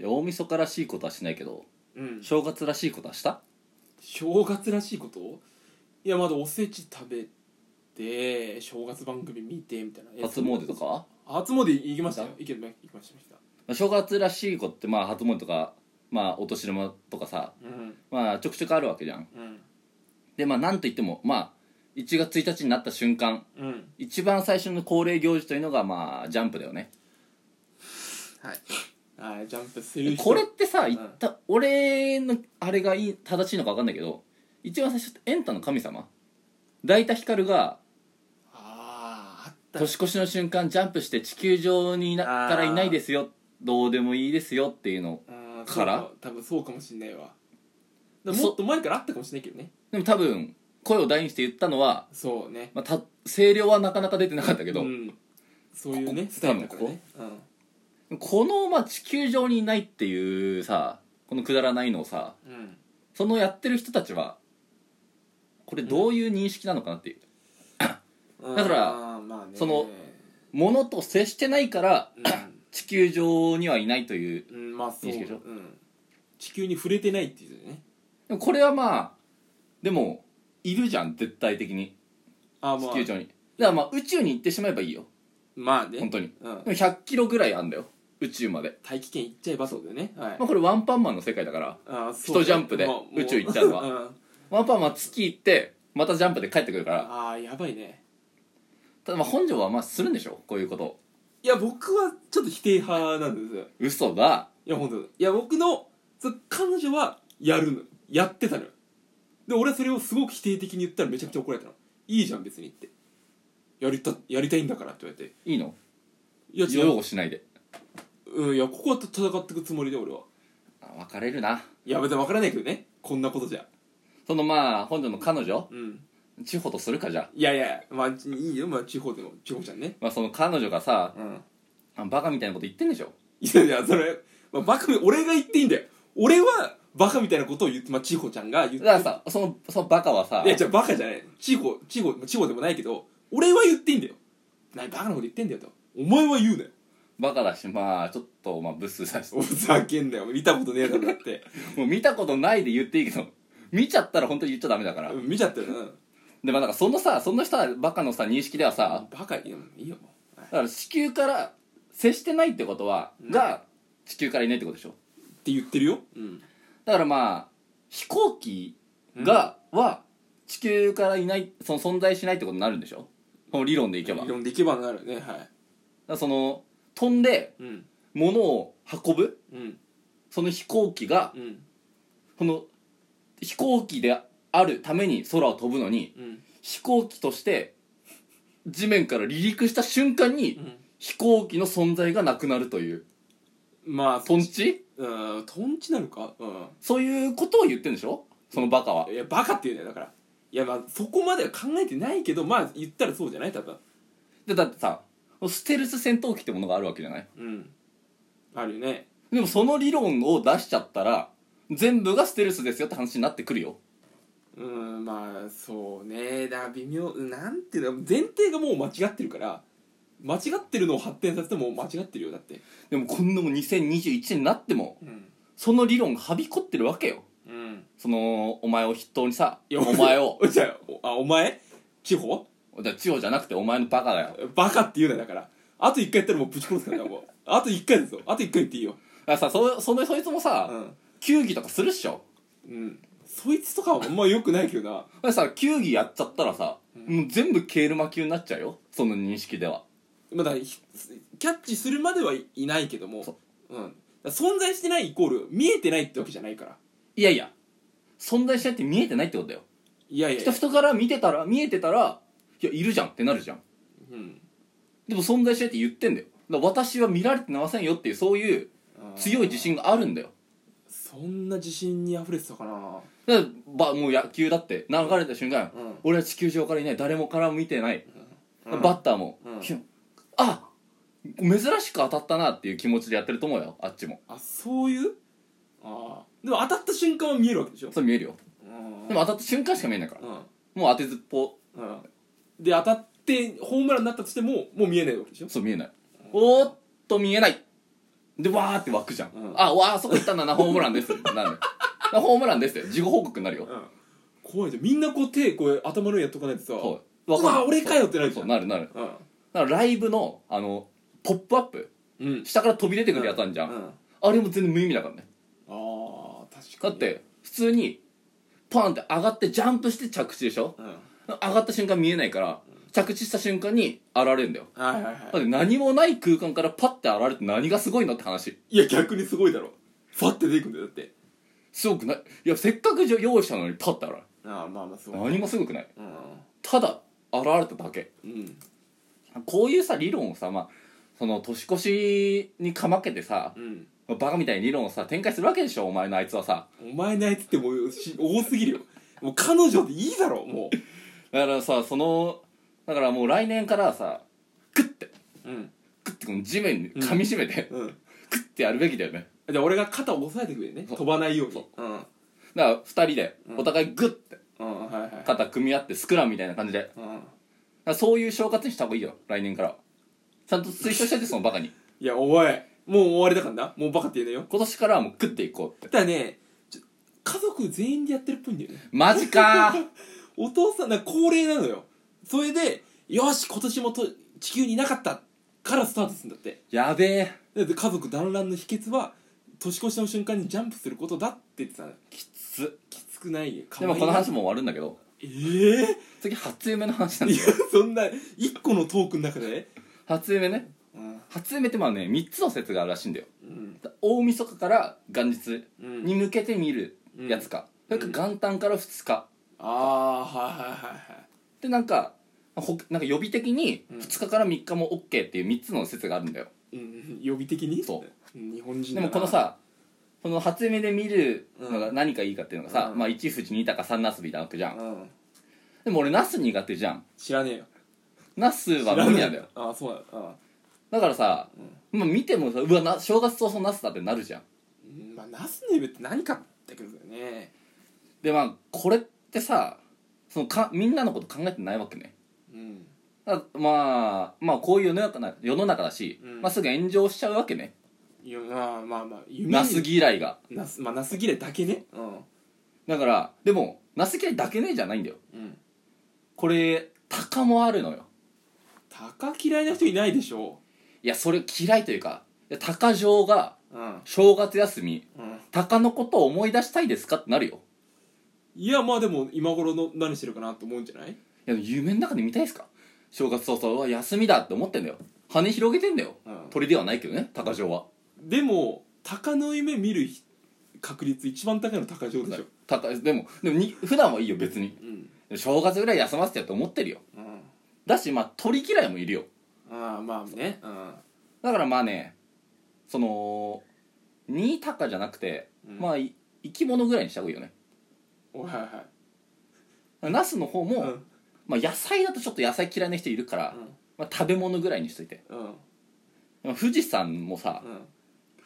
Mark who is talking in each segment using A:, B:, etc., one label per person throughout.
A: いや大晦日らしいことはしないけど
B: うん
A: 正月らしいことはした
B: 正月らしいこといやまだおせち食べて正月番組見てみたいなや
A: 初
B: つ
A: 詣とかは
B: 初詣行きましたよ
A: 行っ
B: 行け行きました行きました
A: まあ正月らしいことってまあ初詣とかまあお年玉とかさ
B: うん
A: まあちょくちょくあるわけじゃん
B: うん
A: でまあなんといってもまあ1月1日になった瞬間
B: うん
A: 一番最初の恒例行事というのがまあジャンプだよね
B: はいはいジャンプする人
A: これってさ、
B: ん
A: 言った俺のあれがいい正しいのか分かんないけど一番最初ってエンタの神様大田光が
B: あああった
A: 年越しの瞬間ジャンプして地球上にいな
B: あー
A: からいないですよどうでもいいですよっていうの
B: あー
A: から
B: そう多分そうかもしんないわだからもっと前からあったかもしれないけどね
A: でも多分声を大にして言ったのは、
B: そうね
A: まあ、た声量はなかなか出てなかったけど、
B: うん、そういうね
A: ここ
B: スタイルだからねうん
A: この、まあ、地球上にいないっていうさこのくだらないのをさ
B: うん
A: そのやってる人たちはこれどういう認識なのかなっていう、だから
B: あーまあね
A: そのものと接してないから
B: うん
A: 地球上にはいないという
B: うん、まあそう、
A: 認識でしょ
B: うん、地球に触れてないっていうね
A: でもこれはまあでもいるじゃん絶対的に
B: あーまあ
A: 地球上にだからまあ宇宙に行ってしまえばいいよ
B: まあね
A: 本当に
B: うん
A: で、も100キロぐらいあんだよ宇宙まで、
B: 大気圏行っちゃえばそうだよねはい
A: まあ、これワンパンマンの世界だから
B: あー
A: 一ジャンプで
B: もうもう
A: 宇宙行っちゃうのは
B: ん
A: ワンパンマンは月行ってまたジャンプで帰ってくるから
B: ああやばいね
A: ただまあ本庄はまあするんでしょこういうこと
B: いや僕はちょっと否定派なんですよ
A: 嘘だ
B: いや本当いや僕のそう彼女はやるのやってたのよで俺はそれをすごく否定的に言ったらめちゃくちゃ怒られたのいいじゃん別にってやりたやりたいんだからって言われて
A: いいの
B: いや違
A: 擁
B: う、
A: 護しないで
B: うん、いやここは戦っていくつもりで俺は
A: あ別れるない
B: や別に分からないけどねこんなことじゃ
A: そのまあ本庄の彼女
B: うん
A: 千穂とするかじゃあ
B: いやいやまあいいよまあ地方でも地方ちゃんね
A: まあその彼女がさ
B: うん
A: あバカみたいなこと言ってんでしょ
B: いやいやそれ、まあ、バカみ俺が言っていいんだよ俺はバカみたいなことを言ってまあ千穂ちゃんが言って
A: だからさそのそのバカはさ
B: いやじゃあバカじゃない地方地方地方でもないけど俺は言っていいんだよ何バカなこと言ってんだよとお前は言うなよ
A: バカだしまあちょっとまあブスだし
B: おふざけんなよ見たことねえだろだって
A: もう見たことないで言っていいけど見ちゃったら本当に言っちゃダメだから、
B: うん見ちゃったよな
A: でまあなんかそのさその人はバカのさ認識ではさ
B: バカいいよいいよもうはい
A: だから地球から接してないってことは、が地球からいないってことでしょ
B: って言ってるようん
A: だからまあ飛行機が、は地球からいないその存在しないってことになるんでしょこの理論でいけばだ
B: 理
A: か
B: 論でいけばなるねはい
A: らその飛んで
B: うん
A: 物を運ぶ
B: うん
A: その飛行機が
B: うん
A: この飛行機であるために空を飛ぶのに
B: うん
A: 飛行機として地面から離陸した瞬間
B: う
A: に
B: ん
A: 飛行機の存在がなくなるという
B: まあ
A: とんち
B: うんとんちなのかうん
A: そういうことを言ってるんでしょそのバカはい
B: やバカって言うねだからいやまあそこまでは考えてないけどまあ言ったらそうじゃない多分
A: でだってさステルス戦闘機ってものがあるわけじゃない
B: うんあるよね
A: でもその理論を出しちゃったら全部がステルスですよって話になってくるよ
B: うんまあそうねだから微妙なんていうの前提がもう間違ってるから間違ってるのを発展させても間違ってるよだって
A: でもこんなもん2021年になっても
B: うん
A: その理論がはびこってるわけよ
B: うん
A: そのお前を筆頭にさ
B: いや
A: お前を
B: じゃあおあお前地方
A: だから千代じゃなくてお前のバカだよだか
B: バカって言うなだからあと一回やったらもうぶち殺すからなもうあと一回ですよあと一回言っていいよ
A: らさそそのそいつもさ、
B: うん、
A: 球技とかするっしょ
B: うん、そいつとかはあんまよくないけどな
A: だからさ球技やっちゃったらさ、もう全部ケール巻きになっちゃうよその認識では
B: まあだからひキャッチするまではいいないけども、
A: そう
B: ん、だから存在してないイコール見えてないってわけじゃないから
A: いやいや存在しないって見えてないってことだよ
B: いやいやい
A: 人
B: や
A: 人から見てたら見えてたらいやいるじゃんってなるじゃん
B: うん
A: でも存在しないって言ってんだよだから私は見られてませんよっていうそういう強い自信があるんだよ
B: そんな自信に溢れてたかな
A: だからばもう野球だって流れた瞬間、
B: うん
A: 俺は地球上からいない誰もからも見てない、
B: うん
A: バッターも、
B: うん
A: いやあ珍しく当たったなっていう気持ちでやってると思うよあっちも
B: あそういうああでも当たった瞬間は見えるわけでしょ
A: そう見えるよ
B: うん
A: でも当たった瞬間しか見えないから
B: うん
A: もう当てずっぽ
B: うんで当たってホームランになったとしてももう見えないわけでしょ
A: そう見えないおーっと見えないでわーって湧くじゃん、
B: うん
A: あわーあそこ行ったんだなホームランですってなるホームランですよ事後報告になるよ、
B: うん怖いじゃんみんなこう手こう頭の上やっとかないとさ
A: そうわかる
B: わ俺かよってなるじ
A: そ
B: ゃ
A: うんなるなる
B: うん
A: だからライブのあのポップアップ
B: うん
A: 下から飛び出てくるやつあんじゃん、
B: うん
A: あれも全然無意味だからね
B: あー確か
A: だ
B: に
A: って普通にパンって上がってジャンプして着地でしょ
B: うんはい
A: 上がった瞬間見えないから着地した瞬間に現れるんだよ
B: はいは
A: だって何もない空間からパッて現れて何がすごいのって話
B: いいや逆にすごいだろファって出てくんだよだって
A: すごくないいやせっかくじゃ用意したのにパッて現れる
B: ああまあまあそう
A: 何もすごくない
B: うん
A: ただ現れただけ
B: うん
A: こういうさ理論をさまあその年越しにかまけてさ
B: うん
A: バカみたいに理論をさ展開するわけでしょお前のあいつはさ
B: お前のやつってもうし多すぎるよもう彼女でいいだろも
A: だからさそのだからもう来年からはさクッて
B: ううん
A: クッてこの地面に噛みしめて、
B: うん
A: クッてやるべきだよね
B: じゃあ俺が肩を押さえてくれるね
A: そう
B: 飛ばないようにうん
A: だから2人で
B: うん
A: お互いグッて
B: うんはいはい
A: 肩組み合ってスクラムみたいな感じでだか
B: うん
A: らそういう正月にした方がいいよ来年からちゃんと推奨しててそのバカに
B: いやおいもう終わりだからなもうバカって言うのよ
A: 今年からはもうグッていこうって
B: ただねちょ家族全員でやってるっぽいんだよね
A: マジかー
B: お父さんが高齢なのよそれでよし今年もと地球にいなかったからスタートするんだって
A: やべえ
B: で家族団らんの秘訣は年越しの瞬間にジャンプすることだって言ってたのよ
A: きつ
B: きつくないよ
A: でもこの話
B: も
A: も終わるんだけど
B: ええ
A: 次初夢の話なん
B: い
A: だ
B: や
A: よ
B: そんな一個のトークの中で
A: 初夢ね
B: うん
A: 初夢ってまあね3つの説があるらしいんだよ
B: うん
A: 大晦日から元日
B: うん
A: に向けて見るやつか、
B: うん
A: それか元旦から2日
B: ああはいはいはいはい
A: でなんかほなんか予備的に
B: うん
A: 2日から3日も OK っていう3つの説があるんだよ、
B: うん予備的に
A: そ
B: うん日本人
A: で
B: だな
A: もこのさこの初夢で見るのが何かいいかっていうのがさ、
B: うん
A: まあ1富士2鷹3ナスビなわけじゃん、
B: うん
A: でも俺ナス苦手じゃん
B: 知らねえよ
A: ナスは
B: 知ら
A: 無理
B: ねえ
A: なんだよ
B: ああそうなんだ
A: だからさ、まあ、見てもさうわな正月早々ナスだってなるじゃん
B: うんまあナスネベって何かってことだよね
A: でまあこれってさそのかみんなのこと考えてないわけね
B: うん
A: だまあまあこういう世の中な世の中だし、
B: うん
A: まあ、すぐ炎上しちゃうわけね
B: いやまあまあまあ夢に
A: ナス嫌いが
B: ナスまあナス切れだけねうん
A: だからでもナス嫌いだけねじゃないんだよ
B: うん
A: これタカもあるのよ
B: 鷹嫌いな人いないでしょ
A: いやそれ嫌いというかいやタカ上が
B: うん
A: 正月休み
B: うん
A: タカのことを思い出したいですかってなるよ
B: いやまあでも今頃の何してるかなと思うんじゃない
A: いや夢の中で見たいですか正月早々は休みだって思ってんだよ羽広げてんだよ、
B: うん
A: 鳥ではないけどねタカ上は
B: でも鷹の夢見る日確率一番高いの鷹城でしょ
A: タカでもでもに普段はいいよ別に
B: うん
A: 正月ぐらい休ませてよって思ってるよ
B: うん
A: だしまあ鳥嫌いもいるよ
B: ああまあねうん
A: だからまあねその2鷹じゃなくて、
B: うん
A: まあい生き物ぐらいにした方がいいよね
B: おはいはい
A: ナスの方も、
B: うん
A: まあ、野菜だとちょっと野菜嫌いな人いるから、まあ、食べ物ぐらいにしといて
B: うんうん
A: まあ富士山もさ、
B: うん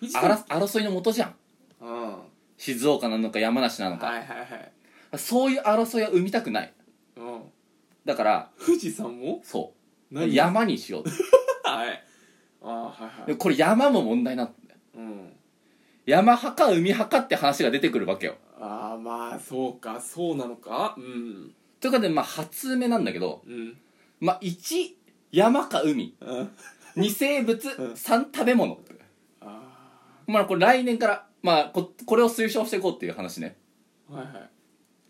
B: 富士
A: あら
B: 山
A: 争いの元じゃん
B: うんは
A: 静岡なのか山梨なの
B: い
A: か、
B: はいはい
A: そういう争いは生みたくない
B: うん
A: だから
B: 富士山も
A: そう
B: 何
A: 山にしようって
B: はいああはいは
A: で
B: い
A: これ山も問題なんだよ
B: うん
A: 山派か海派かって話が出てくるわけよ
B: ああまあそうかそうなのかうん
A: というかでまあ初夢なんだけど
B: うん
A: まあ1山か海
B: うん
A: 2生物
B: うん
A: 3食べ物
B: あ
A: まあこれ来年からまあここれを推奨していこうっていう話ね
B: あはいはい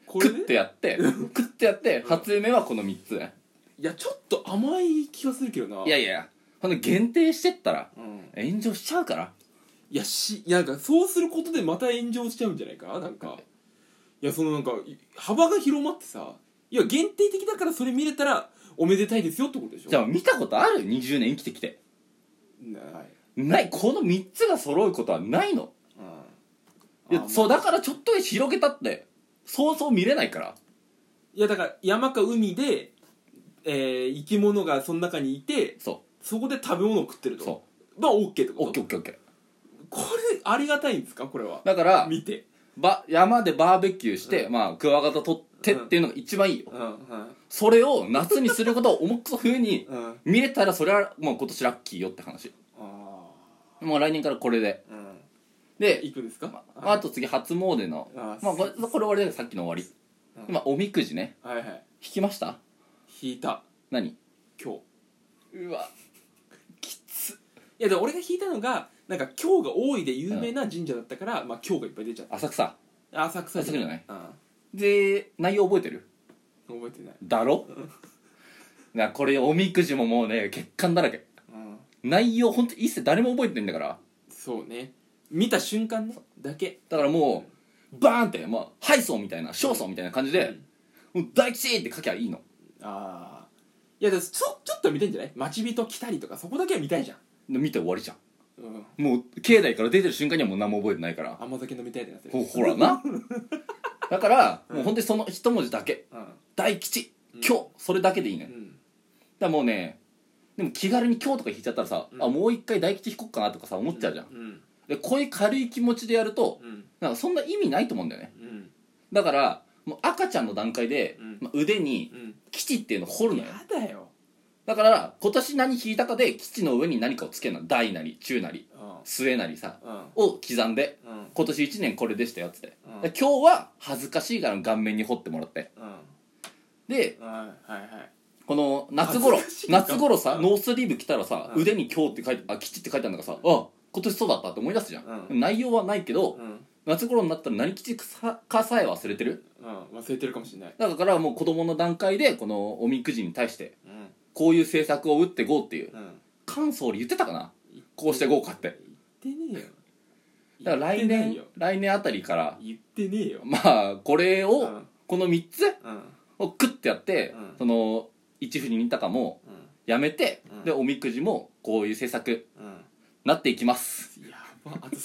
B: こ
A: 食
B: れ
A: っ
B: ね
A: てやって食ってやって初夢はこの3つね
B: いやちょっと甘い気がするけどない
A: やいやいやほんで限定してったら
B: うん
A: 炎上しちゃうから
B: いやしなんかそうすることでまた炎上しちゃうんじゃないかなんかいやそのなんかい幅が広まってさいや限定的だからそれ見れたらおめでたいですよってことでしょ
A: じゃあ見たことある20年生きてきて
B: ない
A: ないこの3つが揃うことはないの
B: うん
A: いや
B: あ
A: そう
B: まあ
A: だからちょっと広げたってそうそう見れないから
B: いやだから山か海で、えー生き物がその中にいて
A: そ
B: そこで食べ物を食ってる
A: う
B: と
A: そ
B: まあ OK って
A: うオ
B: こ
A: ッケー
B: と
A: オッケーオッケー
B: これありがたいんですかこれは
A: だから
B: 見て
A: ば山でバーベキューして、
B: う
A: まあクワガタ取ってっていうのが一番いいよ、
B: うんうん
A: それを夏にすることを重くそ風に
B: うんあ
A: 見れたらそれはもう今年ラッキーよって話
B: あ
A: もう来年からこれで
B: うん
A: で
B: いくですか
A: ああと次初詣の
B: あ
A: まあこれこれ終わりだよさっきの終わり
B: うん
A: 今おみくじね
B: はいはい
A: 引きました
B: 引いた
A: 何
B: 今日
A: うわ
B: いやでも俺が引いたのがなんか今日が多いで有名な神社だったから、まあ今日がいっぱい出ちゃった
A: 浅草
B: 浅草
A: 浅草じゃない
B: うん
A: で内容覚えてる
B: 覚えてない、
A: だろなこれおみくじももうね欠陥だらけ
B: うん、
A: 内容ほんと一切誰も覚えてないんだから
B: そうね見た瞬間ねだけ
A: だからもうバーンってまあ敗走みたいな勝走みたいな感じで、もう大吉って書きゃいいの
B: ああいやでもちょちょっと見てんじゃない待ち人来たりとかそこだけは見たいじゃん、
A: で見て終わりじゃん
B: うん、
A: もう境内から出てる瞬間にはもう何も覚えてないから
B: 甘酒飲みたいってなってる
A: ほほら なだからもう本当にその一文字だけ
B: うん
A: 「大吉今日」それだけでいいの
B: う
A: よだか
B: ん
A: らもうねでも気軽に「今日」とか引いちゃったらさ、
B: うん
A: あもう一回大吉引こっかなとかさ思っちゃうじゃん、
B: うん
A: でこういう軽い気持ちでやると
B: うん
A: なんかそんな意味ないと思うんだよね
B: うん
A: だからもう赤ちゃんの段階で、
B: うん
A: まあ腕に
B: うん
A: 吉っていうのを掘るのよ
B: やだよ
A: だから今年何引いたかで基地の上に何かをつけるの大なり中なり
B: うん
A: 末なりさ
B: うん
A: を刻んで
B: うん
A: 今年1年これでしたよっつって、
B: うん
A: で今日は恥ずかしいから顔面に掘ってもらって
B: うん
A: で
B: はいはいはい
A: この夏頃
B: 恥ずかしいから
A: 夏頃さノースリーブ着たらさ、
B: うん
A: 腕に「今日」って書いてあ基地って書いてあるのがさあ今年そうだったって思い出すじゃん、
B: う
A: 内容はないけど、
B: うん
A: 夏頃になったら何基地かさえ忘れてる
B: うん忘れてるかもしれない
A: だからもう子供の段階でこのおみくじに対して
B: うん
A: こういう政策を打っていこうっていう
B: うん
A: 菅総理言ってたかなこうしていこうかって
B: 言ってねえよ
A: だから来
B: 言ってない
A: 年
B: よ
A: 来年あたりから
B: 言ってねえよ
A: まあこれを、
B: うん
A: この3つ
B: うん
A: をクッてやって、
B: うん
A: その一富に似たかも
B: うん
A: やめて、
B: うん
A: でおみくじもこういう政策
B: うん
A: なっていきます
B: やばあと